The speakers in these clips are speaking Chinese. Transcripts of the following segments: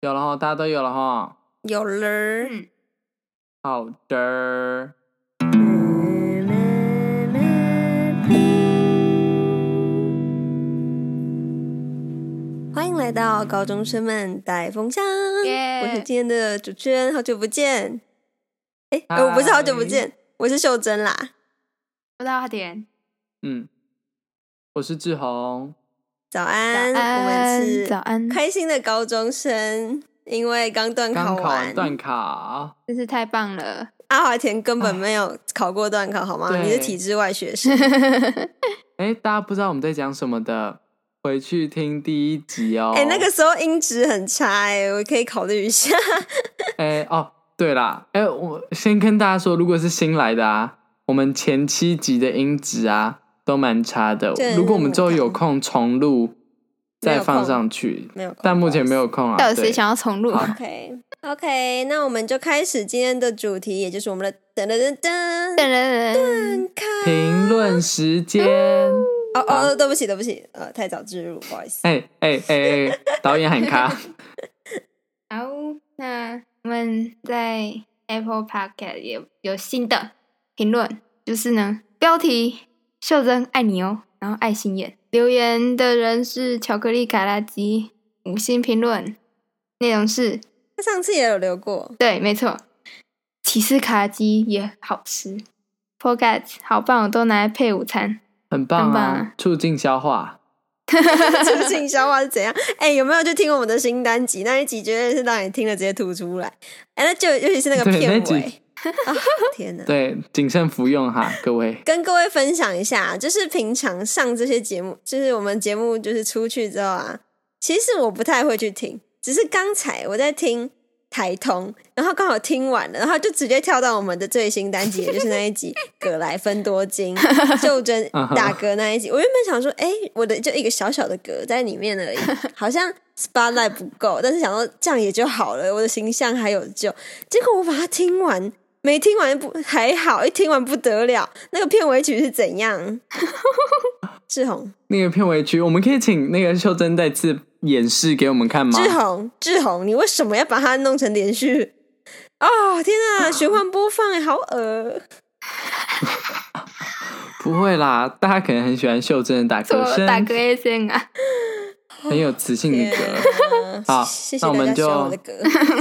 有了哈，大家都有了哈。有了儿。嗯好的，嗯欢迎来到高中生们带风箱耶我是今天的主持人，好久不见。哎、嗨呃我不是好久不见，我是秀珍啦。不到点，嗯，我是志宏，早早安，嗯我们安，早是安，开心的高中生，因为刚断考刚考完完，段考，真是太棒 了！阿华田根本没有考过段考，好吗？对你是体制外学生。哎，大家不知道我们在讲什么的，回去听第一集哦。哎、那个时候音质很差、哎，我可以考虑一下。 哎哦，对啦，哎，我先跟大家说，如果是新来的啊，我们前七集的音质啊都蛮差的对。如果我们之后有空重录，没再有放空上去，没有，但目前没有。空啊。到底对谁想要重录？ OK OK，那我们就开始今天的主题，也就是我们的噔噔噔噔等人人，看。评论时间。哦哦，哦对不起对不起，呃，太早置入，不好意思。哎哎哎哎，导演喊卡。好，那我们在 Apple Podcast 也有新的评论，就是呢，标题“秀珍爱你哦”，然后爱心眼，留言的人是巧克力卡拉鸡，五星评论，内容是他上次也有留过， 对，没错，起司卡拉鸡也好吃 p o c a t 好棒，我都拿来配午餐。很棒很棒啊啊，促进消化。促进消化是怎样？哎、有没有就听我们的新单集？那一集绝对是让你听了直接吐出来。哎、那就尤其是那个对那片集尾，啊、天哪！对，谨慎服用哈，各位。跟各位分享一下，啊就是平常上这些节目，就是我们节目就是出去之后啊，其实我不太会去听，只是刚才我在听台通，然后刚好听完了，然后就直接跳到我们的最新单集，也就是那一集葛莱芬多金秀珍嗯哼打嗝那一集。我原本想说，哎、我的就一个小小的嗝在里面 而已，好像 spotlight 不够，但是想说这样也就好了，我的形象还有救。结果我把它听完。没听完不还好，一听完不得了。那个片尾曲是 怎样？志宏，那个片尾曲，我们可以请那个秀珍再次演示给我们看吗？志宏，志宏，你为什么要把它弄成连续？哦，天啊，循环播放哎，好恶！不会啦，大家可能很喜欢秀珍的 打做嗝声，打嗝 A 声啊，很有磁性的天嗝。 啊好谢谢那我大们家喜欢就我 的歌，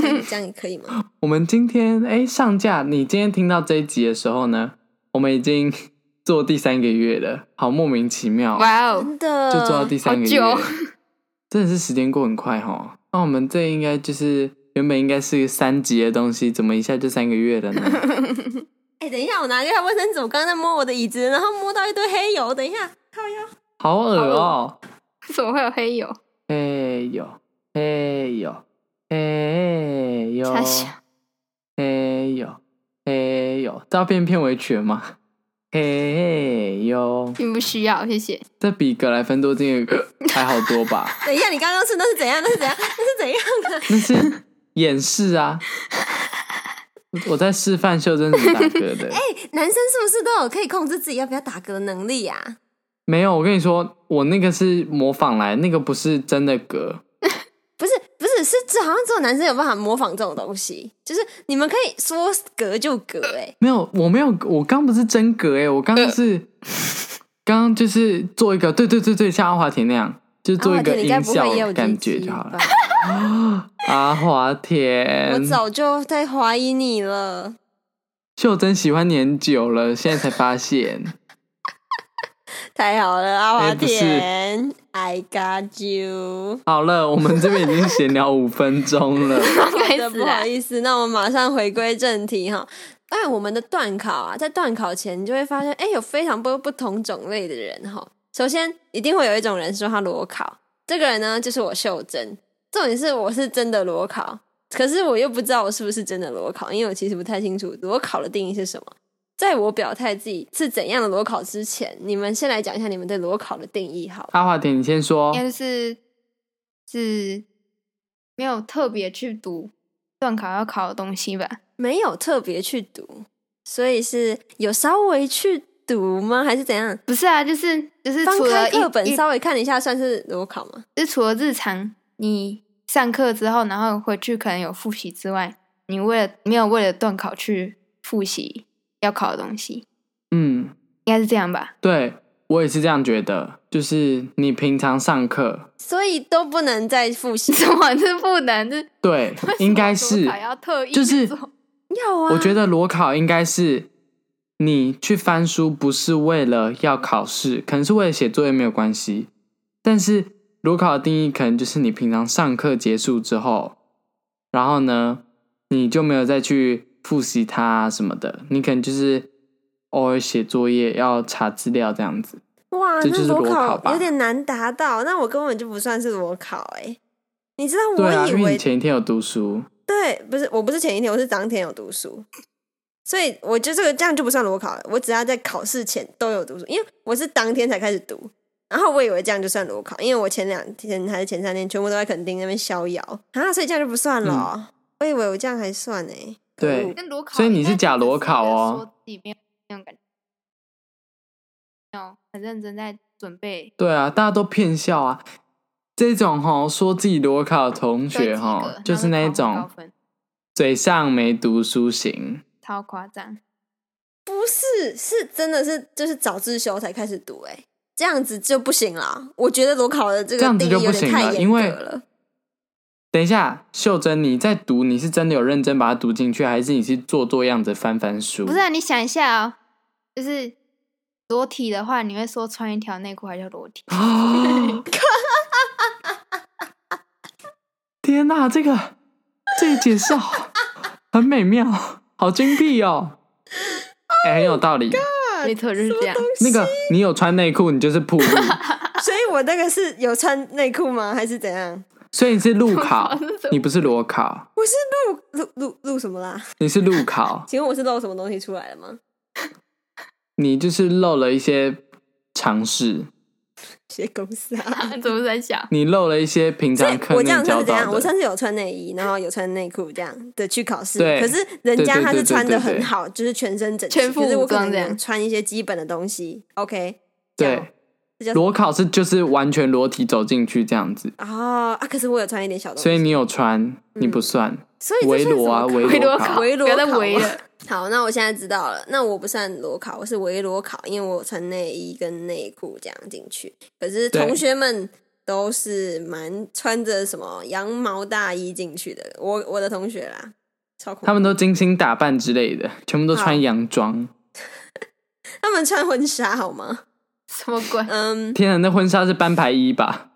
哎这样可以吗？我们今天哎上架，你今天听到这一集的时候呢，我们已经 做第三个月了，好莫名其妙，啊哇哦，真的，就做到第三个月好久，真的是时间过很快哈。那我们这应该就是原本应该是三集的东西，怎么一下就三个月了呢？哎，等一下，我拿个卫生纸，我刚刚在摸我的椅子，然后摸到一堆黑油，等一下，靠腰。好恶哦、怎么会有黑油？哎呦，哎呦，哎呦傻笑，哎呦，哎呦，这要变片尾曲了吗？ 哎呦，并不需要，谢谢。这比格莱芬多金的还好多吧？等一下，你刚刚是那是怎样？那是怎样？那是怎样？ 那是演示啊，我在示范秀珍怎么打嗝的。哎男生是不是都有可以控制自己要不要打嗝的能力啊呀、没有，我跟你说，我那个是模仿来，那个不是真的嗝。不是不是，是只好像只有男生有办法模仿这种东西，就是你们可以说隔就隔、欸，没有，我没有，我刚不是真嗝哎、我呃刚是、刚刚就是做一个，对对对对，像阿华田那样，就是哎，做一阿华个田你该音不会效也有感觉鸡鸡就好了吧。。阿华我田，早就在怀疑你了，秀珍喜欢你很久了，现在才发现。太好了，阿华哎不是田、i got you。好了，我们这边已经闲聊五分钟了。 开真的始不好啊，意思，那我们马上回归正题哈。哎，我们的段考啊，在段考前你就会发现，哎，有非常多不同种类的人哈。首先，一定会有一种人说他裸考，这个人呢就是我秀珍。重点是我是真的裸考，可是我又不知道我是不是真的裸考，因为我其实不太清楚裸考的定义是什么。在我表态自己是怎样的裸考之前，你们先来讲一下你们对裸考的定义好了。阿华田，你先说应。该就是是没有特别去读段考要考的东西吧？没有特别去读，所以是有稍微去读吗？还是怎样？不是啊，就是就是翻除开了一课本一稍微看一下，算是裸考吗？就是除了日常你上课之后，然后回去可能有复习之外，你为了没有为了断考去复习要考的东西，嗯，应该是这样吧？ 对我也是这样觉得，就是你平常上课，所以都不能再复 习。怎么是不能？这对，应该是，啊还要特意就是做要啊，我觉得裸考应该是你去翻书，不是为了要考试，可能是为了写作业没有关系，但是裸考的定义可能就是你平常上课结束之后，然后呢，你就没有再去复习它啊什么的，你可能就是偶尔写作业要查资料这样子。哇，这就是那裸裸考考吧有点难达到，那我根本就不算是裸考哎、你知道对啊，我以因为为你前一天有读书，对，不是，我不是前一天，我是当天有读书，所以我觉得这个这样就不算裸考了。我只要在考试前都有读书，因为我是当天才开始读，然后我以为这样就算裸考，因为我前两天还是前三天全部都在垦丁那边逍遥啊，所以这样就不算了哦、我以为我这样还算呢、嗯嗯对可恶跟裸考，所以你是假裸考哦，自己没有那种感觉，没有很认真在准备对啊，大家都骗笑啊。这种吼说自己裸考的同学吼对及格，就是那一然后种考很高分嘴上没读书型。超夸张，不是，是真的是就是早自修才开始读、欸，哎，这样子就不行啦。我觉得裸考的这个这样子定就义有不点行太了严因格为了。等一下，秀珍，你在读，你是真的有认真把它读进去，还是你是做做样子翻翻书？不是、啊？ 你想一下哦，就是裸体的话，你会说穿一条内裤还叫裸体？啊， 天哪、这个这个解释好很美妙，好精辟 哦。哎、很有道理。没错，就是这样。那个，你有穿内裤，你就是铺路，所以我那个是有穿内裤吗？还是怎样？所以你是 路考是什么，你不是裸考，我是录录录录什么 啦？你是路考。请问我是露什么东西出来了吗？你就是漏了一些尝试，学公司 啊！怎么在想？你漏了一些平所常以课我内这样算教是怎导样？我的。算是有穿内衣，然后有穿内裤这样的去考试。对可是人家对对他是对对穿的对很对好，就是全身整齐。全副可是我武可装能这样有穿一些基本的东西。OK，对，这叫什么裸考是就是完全裸体走进去这样子，哦啊！可是我有穿一点小东西，所以你有穿，嗯你不算。所以这围算裸啊什么围考围 裸考围裸裸不要再考围啊了。好，那我现在知道了，那我不算裸考，我是围裸考，因为我有穿内衣跟内裤这样进去。可是对同学们都是蛮穿着什么羊毛大衣进去的，我我的同学啦，超恐怖他们都精心打扮之类的，全部都好穿洋装。他们穿婚纱好吗？什么鬼？嗯，天哪，啊那婚纱是班牌衣吧？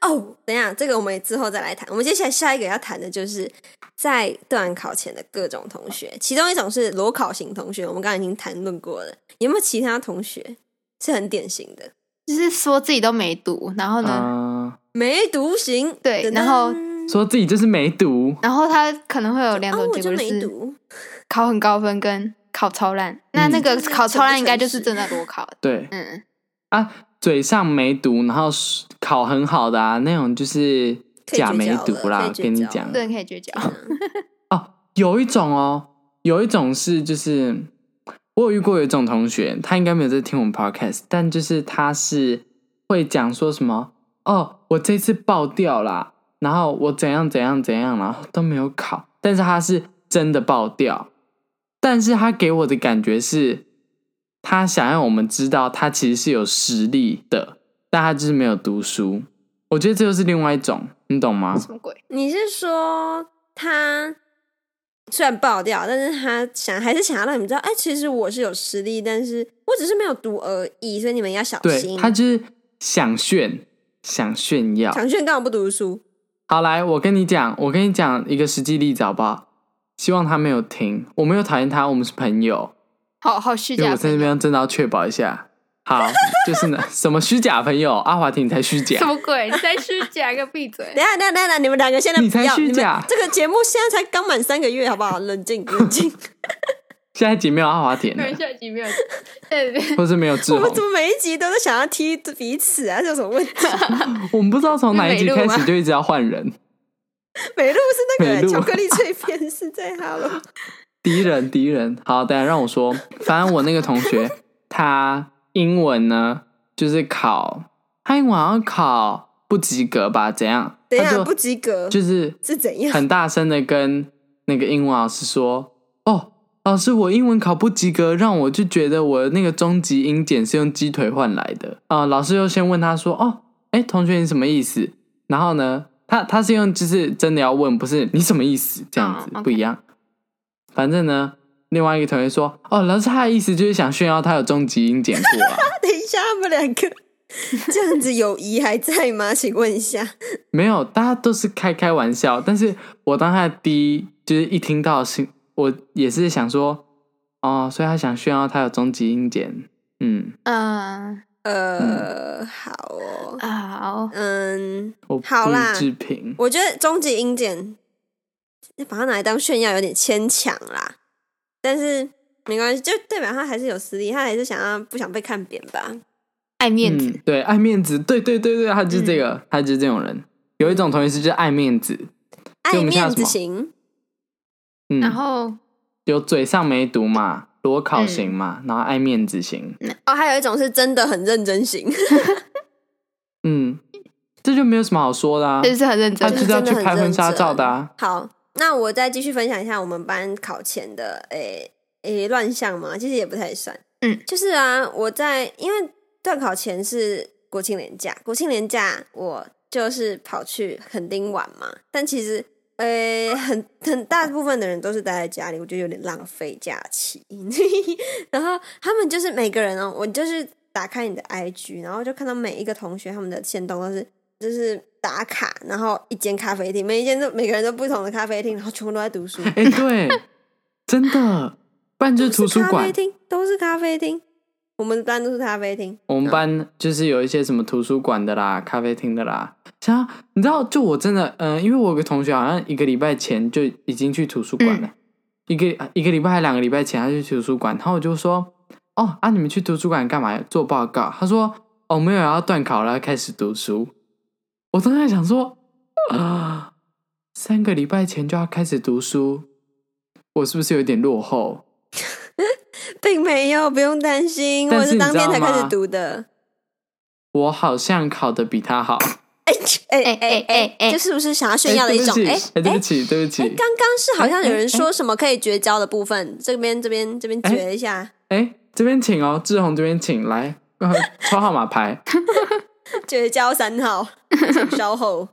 哦，等一下，这个我们之后再来谈。我们接下来下一个要谈的就是在段考前的各种同学，其中一种是裸考型同学，我们刚刚已经谈论过了。有没有其他同学是很典型的 就是说自己都没读，然后嗯、呢，没读型？对噔噔然后说自己就是没读，然后他可能会有两哦种，我结就果，没是读，考很高分跟考超烂。那那个嗯考超烂应该就是正在裸考的。对嗯，啊，嘴上没读，然后考很好的啊，那种就是可以绝假没交读了啦可以，绝跟你交讲了。这人可以绝交。嗯哦，有一种哦，有一种是就是我有遇过有一种同学，他应该没有在听我们 podcast，但就是他是会讲说什么哦，我这次爆掉啦，然后我怎样怎样怎样啦，都没有考，但是他是真的爆掉，但是他给我的感觉是，他想让我们知道他其实是有实力的，但他就是没有读书。我觉得这就是另外一种，你懂吗？ 什么鬼？你是说他虽然爆掉，但是他想还是想要让你们知道，哎，其实我是有实力，但是我只是没有读而已，所以你们要小对心。他就是想炫，想炫耀。强炫干嘛不读书？好，来，我跟你讲，我跟你讲一个实际例子好不好？希望他没有听，我没有讨厌他，我们是朋友，好好虚因为假我在那朋友。边真的要确保一下。好， 就是呢，什么虚假朋友，阿华庭才虚假什，么鬼？你在虚假？给我闭嘴 等！一下，等一下，等一下，你们两个现在你不才要，虚们假这个节目现在才刚满三个月，好不好？冷静，冷静。下一集没有阿华田了没有，下集没有， 在这边或是哦没有志我宏们怎，么每一集都在想要踢彼此啊？这有什么 问题？我们不知道从哪一集是美开露吗始就一直要换人，美露是那个美露巧克力脆片是在 哈喽。敌人，敌人。好，等一下让我说，反正我那个同学，他英文呢，就是考，他英文好像考不及格吧？怎样？等一他下就不及格就是是怎样？很大声的跟那个英文老师说：“哦，老师，我英文考不及格，让我就觉得我那个终极英检是用鸡腿换来的。”啊，老师又先问他说：“哦，哎，同学你什么意思？”然后呢，他他是用就是真的要问，不是你什么意思这样子哦，OK 不一样。反正呢，另外一个同学说：“哦，老师他的意思就是想炫耀他有终极英检过啊。” 等一下，他们两个这样子友谊还在吗？ 请问一下，没有，大家都是开开玩笑。但是我当下第一就是一听到是，我也是想说，哦，所以他想炫耀他有终极英检，嗯，嗯，呃，好哦，啊好，嗯，我不好啦予置评。我觉得终极英检把它拿来当炫耀有点牵强啦，但是没关系，就代表他还是有实力，他还是想要不想被看扁吧。爱面子，嗯，对，爱面子，对对对对，他就是这个，他就是这种人。有一种同学是就是爱面子，就爱我们现在面有什子么型，嗯，然后有嘴上没毒嘛，裸考型嘛，然后爱面子型，哦，还有一种是真的很认真型， 嗯，这就没有什么好说的啊这。就是很认他真就是就是要去真的很拍婚纱认真照的啊，好，那我再继续分享一下我们班考前的诶诶乱象嘛，其实也不太算。嗯，就是啊，我在因为段考前是国庆连假，国庆连假我就是跑去垦丁玩嘛，但其实呃很很大部分的人都是待在家里，我觉得有点浪费假期。 然后他们就是每个人哦，我就是打开你的 IG，然后就看到每一个同学他们的行动都是就是打卡，然后一间咖啡厅，每一间都每个人都不同的咖啡厅，然后全部都在读书，哎、对，真的，不然 就是图书都是咖馆啡。厅都是咖啡厅，我们班都是咖啡厅，我们班就是有一些什么图书馆的啦、咖啡厅的啦。像你知道，就我真的，嗯、因为我有个同学好像一个礼拜前就已经去图书嗯馆了，一个呃一个礼拜还两个礼拜前他去图书馆，然后我就说，哦啊，你们去图书馆干嘛？做报告？他说，哦，没有要断考了，要开始读书。我当时想说，啊、三个礼拜前就要开始读书，我是不是有点落后？并没有不用担心，但我是是当天你才知道吗开始读的。我好像考的比他好。哎哎哎哎哎哎哎哎，哎这是不是想要炫耀的一种？哎、哎对不哎起，对不起，哎，对不起，刚刚是好像有人哎哎说什么可以绝交的部分，这边这边这边哎绝一下，哎、这边请哦，志宏这边请来， 呃抽号码 牌。绝交三 号，请稍后。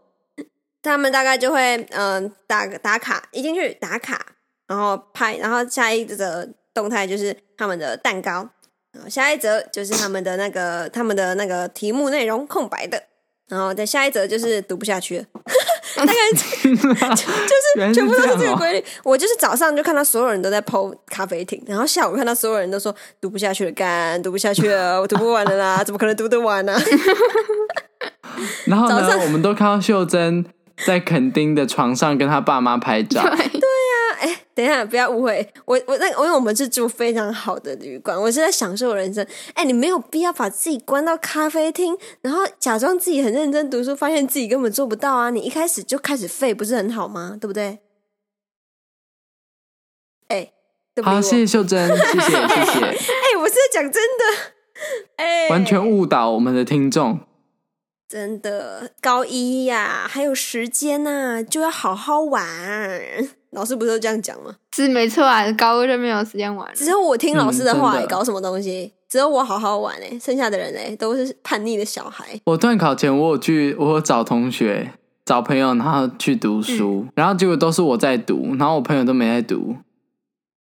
他们大概就会嗯、呃打打卡，一进去打卡，然后拍，然后下一则动态就是他们的蛋糕，然后下一则就是他们的那个他们的那个题目内容空白的，然后再下一则就是读不下 去了，大概是原来全部都是这这个样哦。规律。我就是早上就看到所有人都在 PO 咖啡厅，然后下午看到所有人都说读不下去了，干读不下去了，我读不完了啦，怎么可能读得完啊呢、然后早呢上，我们都看到秀珍在垦丁的床上跟她爸妈拍 照。哎等一下，不要误会，我我那我因为我们是住非常好的旅馆，我是在享受人生。哎，你没有必要把自己关到咖啡厅，然后假装自己很认真读书，发现自己根本做不到啊！你一开始就开始废，不是很好吗？对不对？哎，对不好，谢谢起，秀珍， 谢谢谢谢，哎，我是在讲真的，哎，完全误导我们的听众。真的，高一呀、还有时间呐、就要好好玩。老师不是都这样讲吗？是没错啊，高二就没有时间玩了，只有我听老师的话、嗯真的欸，搞什么东西？只有我好好玩哎、剩下的人哎、都是叛逆的小孩。我段考前，我有去，我有找同学、找朋友，然后去读嗯书，然后结果都是我在读，然后我朋友都没在读。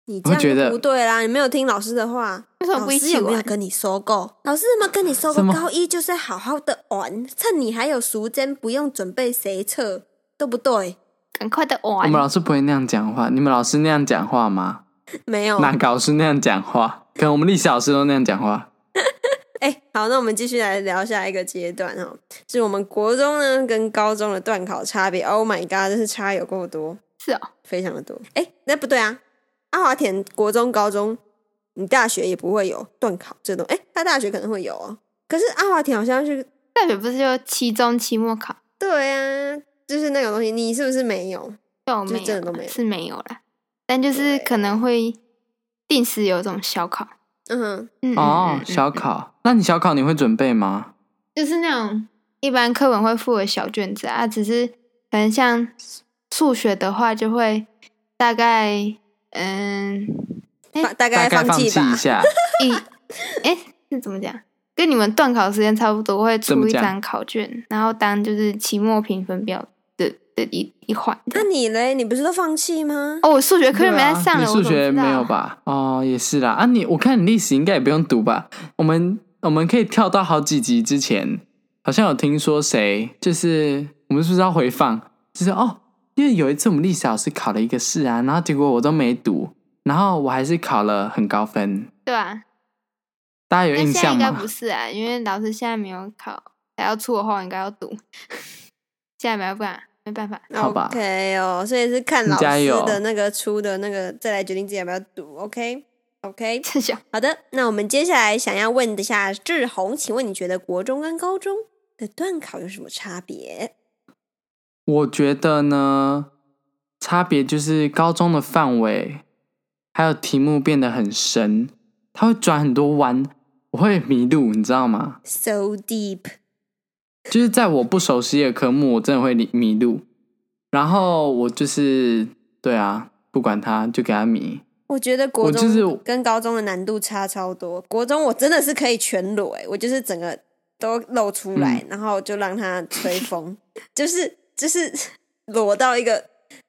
你这样我觉就得不对啦！你没有听老师的话，为什么老不一师起有没有玩？跟你说过？老师有没有跟你说过什？么高一就是好好的玩，趁你还有时间，不用准备学测，对不对？赶快的我玩们，老师不会那样讲话，你们老师那样讲话吗？没有。哪个老师那样讲话？可能我们历史老师都那样讲话。哎、好，那我们继续来聊下一个阶段哈，是我们国中呢跟高中的段考差别。Oh my god，真是差有够多，是哦，非常的多。哎、那不对啊，阿华田国中、高中，你大学也不会有段考这种。哎、他大学可能会有哦，可是阿华田好像是大学不是就期中、期末考，对啊，就是那种东西，你是不是没有？就没就真的都有没有啦，是没有啦，但就是可能会定时有一种小考，嗯哼，嗯哦，嗯嗯嗯小考，那你小考你会准备吗？就是那种一般课本会附的小卷子啊，只是可能像数学的话，就会大概嗯哎放大大概概放弃弃一吧。 下，一，哎，那怎么讲？跟你们段考时间差不多，会怎出么一讲张考卷，然后当就是期末评分表的的一一环。那你嘞？你不是都放弃吗？哦，我数学课对没在上啊，了，你我数怎么学知道没有啊？吧？哦，也是啦。啊你，我看你历史应该也不用读吧？我们我们可以跳到好几集之前，好像有听说谁，就是我们是不是要回放？就是哦，因为有一次我们历史老师考了一个试啊，然后结果我都没读，然后我还是考了很高分，对吧？大家有那印现在象应该吗不？是啊，因为老师现在没有考，还要出的话，我应该要读。 现在没办法，没办法。好吧 o k 哦，所以是看你老加师油的那个出的那个，再来决定自己要不要读。OK OK，这小好的，那我们接下来想要问一下志宏，请问你觉得国中跟高中的段考有什么差别？我觉得呢，差别就是高中的范围，还有题目变得很深，它会转很多弯，我会迷路，你知道吗？ So deep，就是在我不熟悉的科目，我真的会迷迷路。然后我就是对啊，不管它，就给它迷。我觉得国我就是中跟高中的难度差超多。国中我真的是可以全裸、欸，我就是整个都露嗯出来，然后就让它吹风， 就是就是 裸到一个，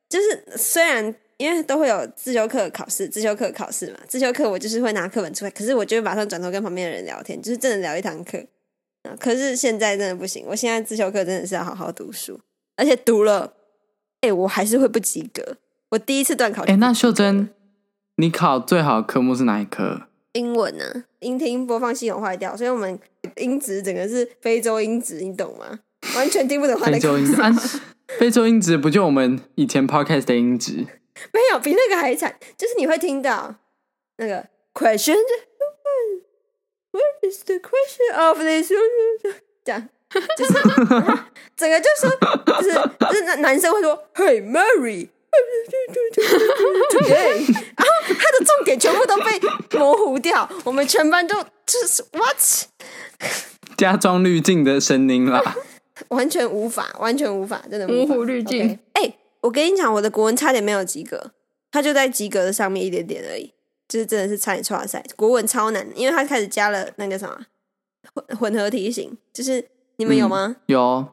就是虽然因为都会有自修课考试，自修课考试嘛，自修课我就是会拿课本出来，可是我就会马上转头跟旁边的人聊天，就是真的聊一堂课。啊可是现在真的不行，我现在自修课真的是要好好读书，而且读了，哎、我还是会不及格。我第一次段考就不及格了，哎，那秀珍，你考最好的科目是哪一科？英文呢、音听播放系统坏掉，所以我们音质整个是非洲音质，你懂吗？完全听不懂他非在洲讲音什质、么，啊，非洲音质不就我们以前 podcast 的音质？ 没有比那个还惨，就是你会听到那个 question。What is the question of this？这样，就是 整个就说，就是就是男男生会说，Hey Mary。today，然后他的重点全部都被模糊掉，我们全班都就是 what？加装滤镜的声音啦，完全无法，完全无法，真的模无法糊滤镜。 OK 哎、我跟你讲，我的国文差点没有及格，它就在及格的上面一点点而已，就是真的是差点错赛。国文超难，因为它开始加了那个什么混混合题型，就是你们有嗯吗？有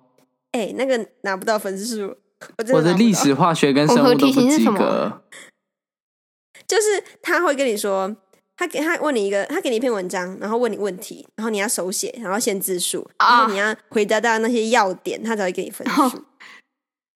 哎、那个拿不到分数， 我真的我的拿不历到史、化学跟生物都混合题不型是及什么格。就是他会跟你说，他给他问你一个，他给你一篇文章，然后问你问题，然后你要手写，然后限字数，啊然后你要回答到那些要点，他才会给你分数，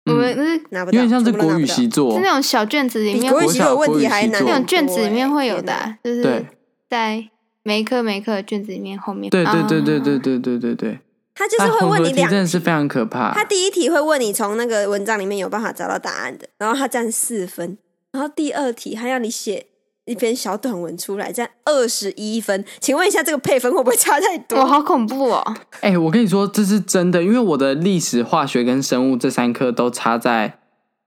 我们嗯是拿不到，哦有点像是全部都拿国不语到习作是，那种小卷子里比面国语国习小作国问语题习还难作很多欸，那那种卷子里面会有天的哪。啊，就是对在每一科每一科的卷子里面后面。对对对对对啊，对对对对。他就是啊会混问合你题两真的是非常可怕。他第一题会问你从那个文章里面有办法找到答案的，然后他占四分，然后第二题他要你写一篇小短文出来，占二十一分。请问一下，这个配分会不会差太多？哇，好恐怖哦！哎、我跟你说，这是真的，因为我的历史、化学跟生物这三科都差在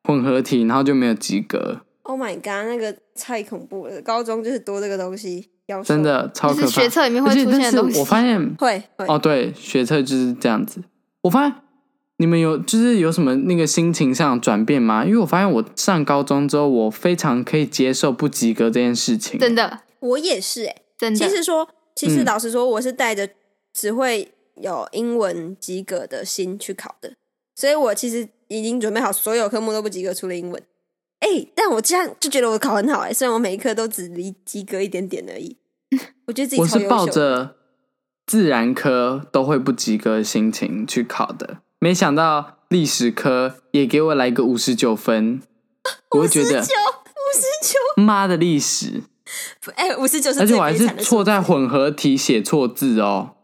混合题，然后就没有及格， Oh my god，那个太恐怖了！高中就是多这个东西，要真的超就可是学怕。测里面而会且，出但现的东是西。我发现，会会哦，对，学测就是这样子。我发现你们有就是有什么那个心情上的转变吗？因为我发现我上高中之后，我非常可以接受不及格这件事情。真的我也是哎、真的，其实说，其实嗯老实说，我是带着只会有英文及格的心去考的，所以我其实已经准备好所有科目都不及格，除了英文。哎、但我这样就觉得我考很好哎、虽然我每一科都只离及格一点点而已，我觉得自己我超是优秀。抱着自然科都会不及格的心情去考的，没想到历史科也给我来个五十九分，我会觉九得五妈的历史，十九，哎，五十九是而且最我还悲是惨的错数字。在混合题写错字哦，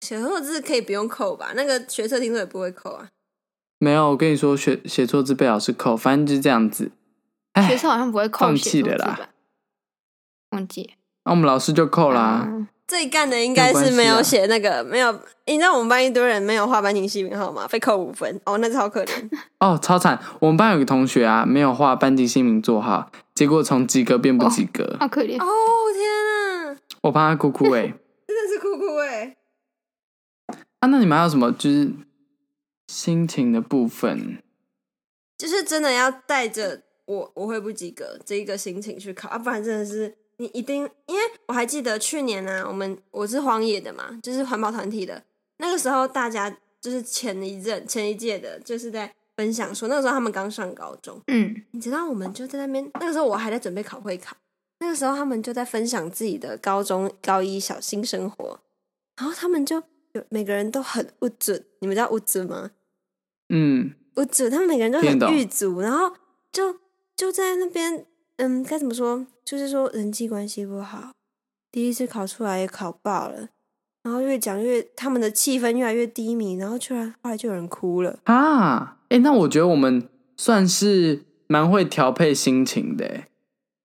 写错字可以不用扣吧？那个学测听说也不会扣啊。没有，我跟你说写写错字被老师扣，反正就是这样子。学哎，测好像不会扣放写弃错了字啦吧，忘记啊那我们老师就扣啊好啦，最干的应啊该是没有写那个没有，你知道我们班一堆人没有画班级姓名号吗？被扣五分哦，那超可怜。哦，超惨！我们班有个同学啊，没有画班级姓名座号，结果从及格变不及格，好可怜。哦天啊，我怕他哭哭哎、真的是哭哭哎、啊，那你们还有什么就是心情的部分？就是真的要带着我我会不及格这一个心情去考啊，不然真的是你一定，因为我还记得去年呢、我们我是荒野的嘛，就是环保团体的，那个时候大家就是前一阵前一届的，就是在分享说那个时候他们刚上高中，嗯，你知道我们就在那边，那个时候我还在准备考会考，那个时候他们就在分享自己的高中高一小新生活，然后他们就有每个人都很不准，你们知道不准吗？嗯，我主，他们每个人都听得很懂狱卒，然后就就在那边，嗯，该怎么说？就是说人际关系不好，第一次考出来也考爆了，然后越讲越他们的气氛越来越低迷，然后居然后来就有人哭了。啊，哎、那我觉得我们算是蛮会调配心情的欸。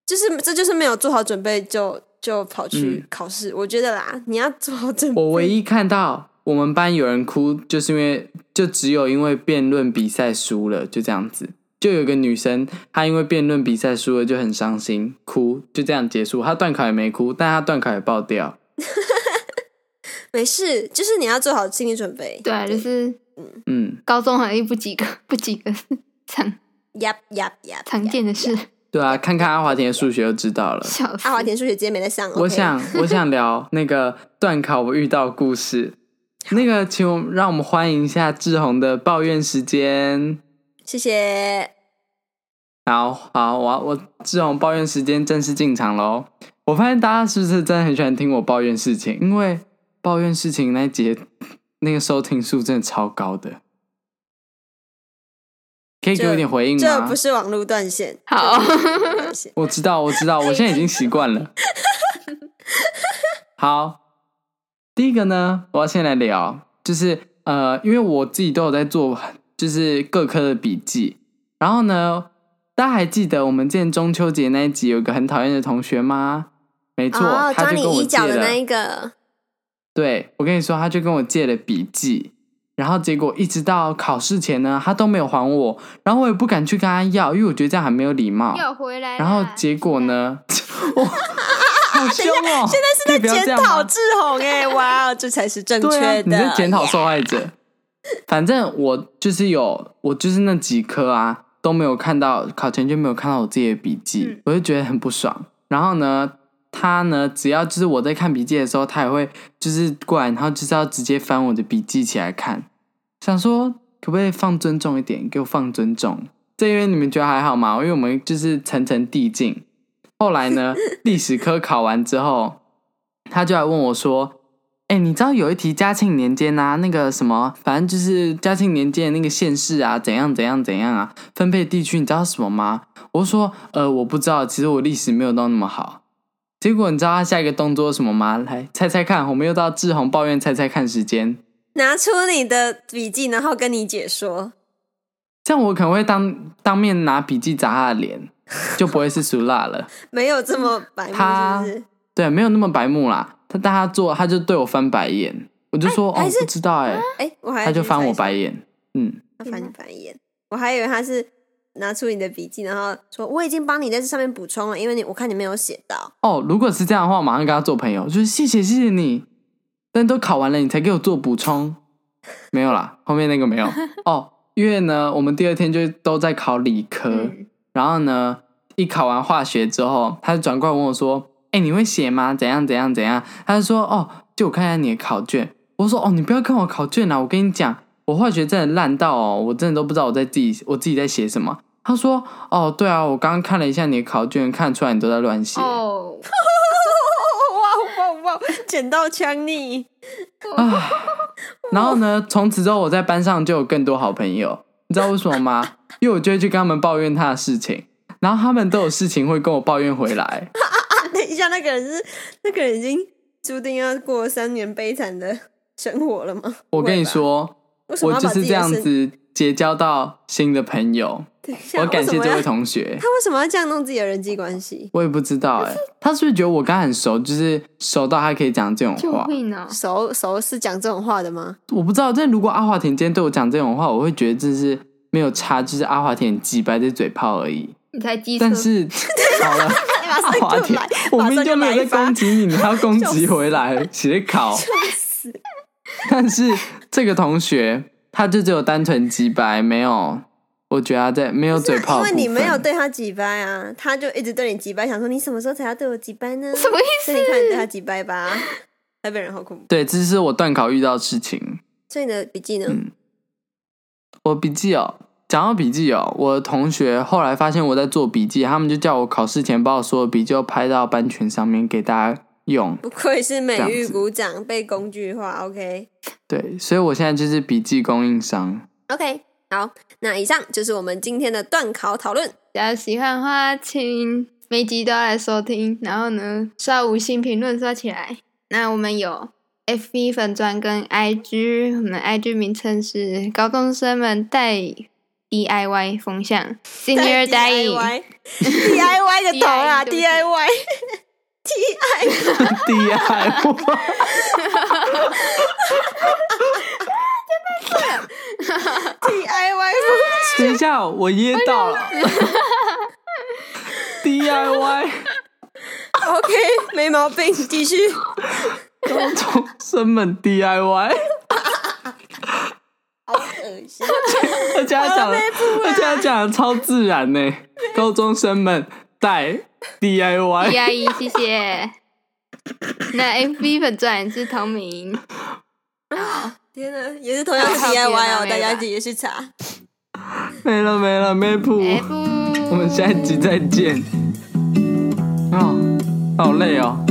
就是这就是没有做好准备就就跑去嗯考试，我觉得啦，你要做好准备。我唯一看到我们班有人哭，就是因为就只有因为辩论比赛输了，就这样子。就有一个女生，她因为辩论比赛输了就很伤心，哭，就这样结束。她断考也没哭，但她断考也爆掉。没事，就是你要做好心理准备。对啊，就是嗯，高中好像不及格，不及格是常 yep yep yep，常见的 事。对啊，看看阿华田的数学就知道了。笑死阿，华田数学今天没在上，我 OK 想，我想聊那个断考我遇到故事。那个，请我们让我们欢迎一下志宏的抱怨时间。谢谢。好好，我我志宏抱怨时间正式进场喽。我发现大家是不是真的很喜欢听我抱怨事情？因为抱怨事情那一节那个收听数真的超高的。可以给我一啊点回应这吗。不？是网络断线，好这不是网络断线我知道，我知道，我现在已经习惯 了。好，第一个呢，我要先来聊，就是呃，因为我自己都有在做，就是各科的笔记。然后呢，大家还记得我们之前中秋节那一集有一个很讨厌的同学吗？ 没错，哦，他抓就你跟我衣借角的了那一个，对，我跟你说，他就跟我借了笔记，然后结果一直到考试前呢，他都没有还我，然后我也不敢去跟他要，因为我觉得这样很没有礼貌。要回来啦。然后结果呢？ 哇，好凶哦！现在在检讨志宏哎，哇，这才是正 对啊确的。，你是检讨 Yeah 受害者。 反正我就是有，我就是那几科啊都没有看到，考前就没有看到我自己的笔记，嗯我就觉得很不爽。然后呢，他呢，只要就是我在看笔记的时候，他也会就是过来，然后就是要直接翻我的笔记起来看，想说可不可以放尊重一点，给我放尊重。这因为你们觉得还好嘛？因为我们就是层层递进。后来 呢，历史科考完之后，他就来问我说：“哎、你知道有一题嘉庆年间呐、那个什么，反正就是嘉庆年间的那个县市啊，怎样怎样怎样啊，分配地区，你知道什么吗？”我就说：“呃，我不知道，其实我历史没有到那么好。”结果你知道他下一个动作是什么吗？来猜猜看，我们又到志宏抱怨猜猜看时间，拿出你的笔记，然后跟你姐说，这样我可能会当当面拿笔记砸他的脸，就不会是苏辣了。没有这么白目，他是不是？对，没有那么白目啦。他但他做，他就对我翻白眼，我就说、哎还哦，是不知道哎、哎，我还他就翻我白眼，眼，嗯，他翻你白眼，我还以为他是拿出你的笔记，然后说我已经帮你在这上面补充了，因为你我看你没有写到。哦，如果是这样的话，我马上跟他做朋友，就是谢谢谢谢你，但都考完了你才给我做补 充，没有啦，后面那个没有哦，因为呢，我们第二天就都在考理科，嗯然后呢，一考完化学之后，他就转过来问我说：“哎、你会写吗？怎样怎样怎样？”他就说：“哦，就我看一下你的考卷。”我说：“哦，你不要看我考卷啊啦，我跟你讲，我化学真的烂到哦，我真的都不知道我在自己我自己在写什么。”他说：“哦，对啊，我刚刚看了一下你的考卷，看出来你都在乱写。哦，哇哇哇！捡到枪你，然后呢，从此之后我在班上就有更多好朋友，你知道为什么吗？ 因为我就会去跟他们抱怨他的事情，然后他们都有事情会跟我抱怨回来。啊 等一下，那个人是那个人已经注定要过三年悲惨的生活了吗？我跟你会吧说。为什么我要就把自是己这的样身子结交到新的朋友，等一下我感谢为这什么位要同学。他为什么要这样弄自己的人际关系？我也不知道哎、他是不是觉得我跟他很熟，就是熟到他可以讲这种救话？命哦！熟熟是讲这种话的吗？我不知道。但如果阿华田今天对我讲这种话，我会觉得这是没有差，就是阿华田几白的嘴炮而已。你才机车，但是 好了， 马阿上华就田来，，我马明明上就就没来有一在攻发， 击你，你还要攻击回来，写考。笑死！但是这个同学他就只有单纯鸡白，没有，我觉得他在没有嘴炮的部因为分，你没有对他几掰啊，他就一直对你几掰，想说你什么时候才要对我几掰呢？什么意所思？以你看你对他几掰 吧，台北人好恐怖。对，这是我断考遇到的事情。所以你的笔记呢？嗯我笔记哦，讲到笔记哦，我的同学后来发现我在做笔记，他们就叫我考试前把我所有笔记都拍到班群上面给大家用。不愧是美这玉样子鼓掌被工具化，OK 对，所以我现在就是笔记供应 商。 OK。好，那以上就是我们今天的断考讨论。只要喜欢的话，请每集都要来收听，然后呢，刷五星评论刷起来。那我们有 FB 粉专跟 IG，我们的 IG 名称是高中生们带 DIY 风向 Senior Dying， DIY 的头啦 DIY 对不，DIY。 DIY， DIY 等一下，我噎到了。DIY 风 OK，没毛病，继续。高中生们 DIY，好恶心，而且他讲的，而且他讲的超自然呢。高中生们带 DIY， DIY，谢 E，谢。那 FB 粉专也是同名，天哪，也是同样的好别的 DIY 哦，没大家了自己去查。没了没了，没谱。 F，我们下一集再见。哦，好累哦。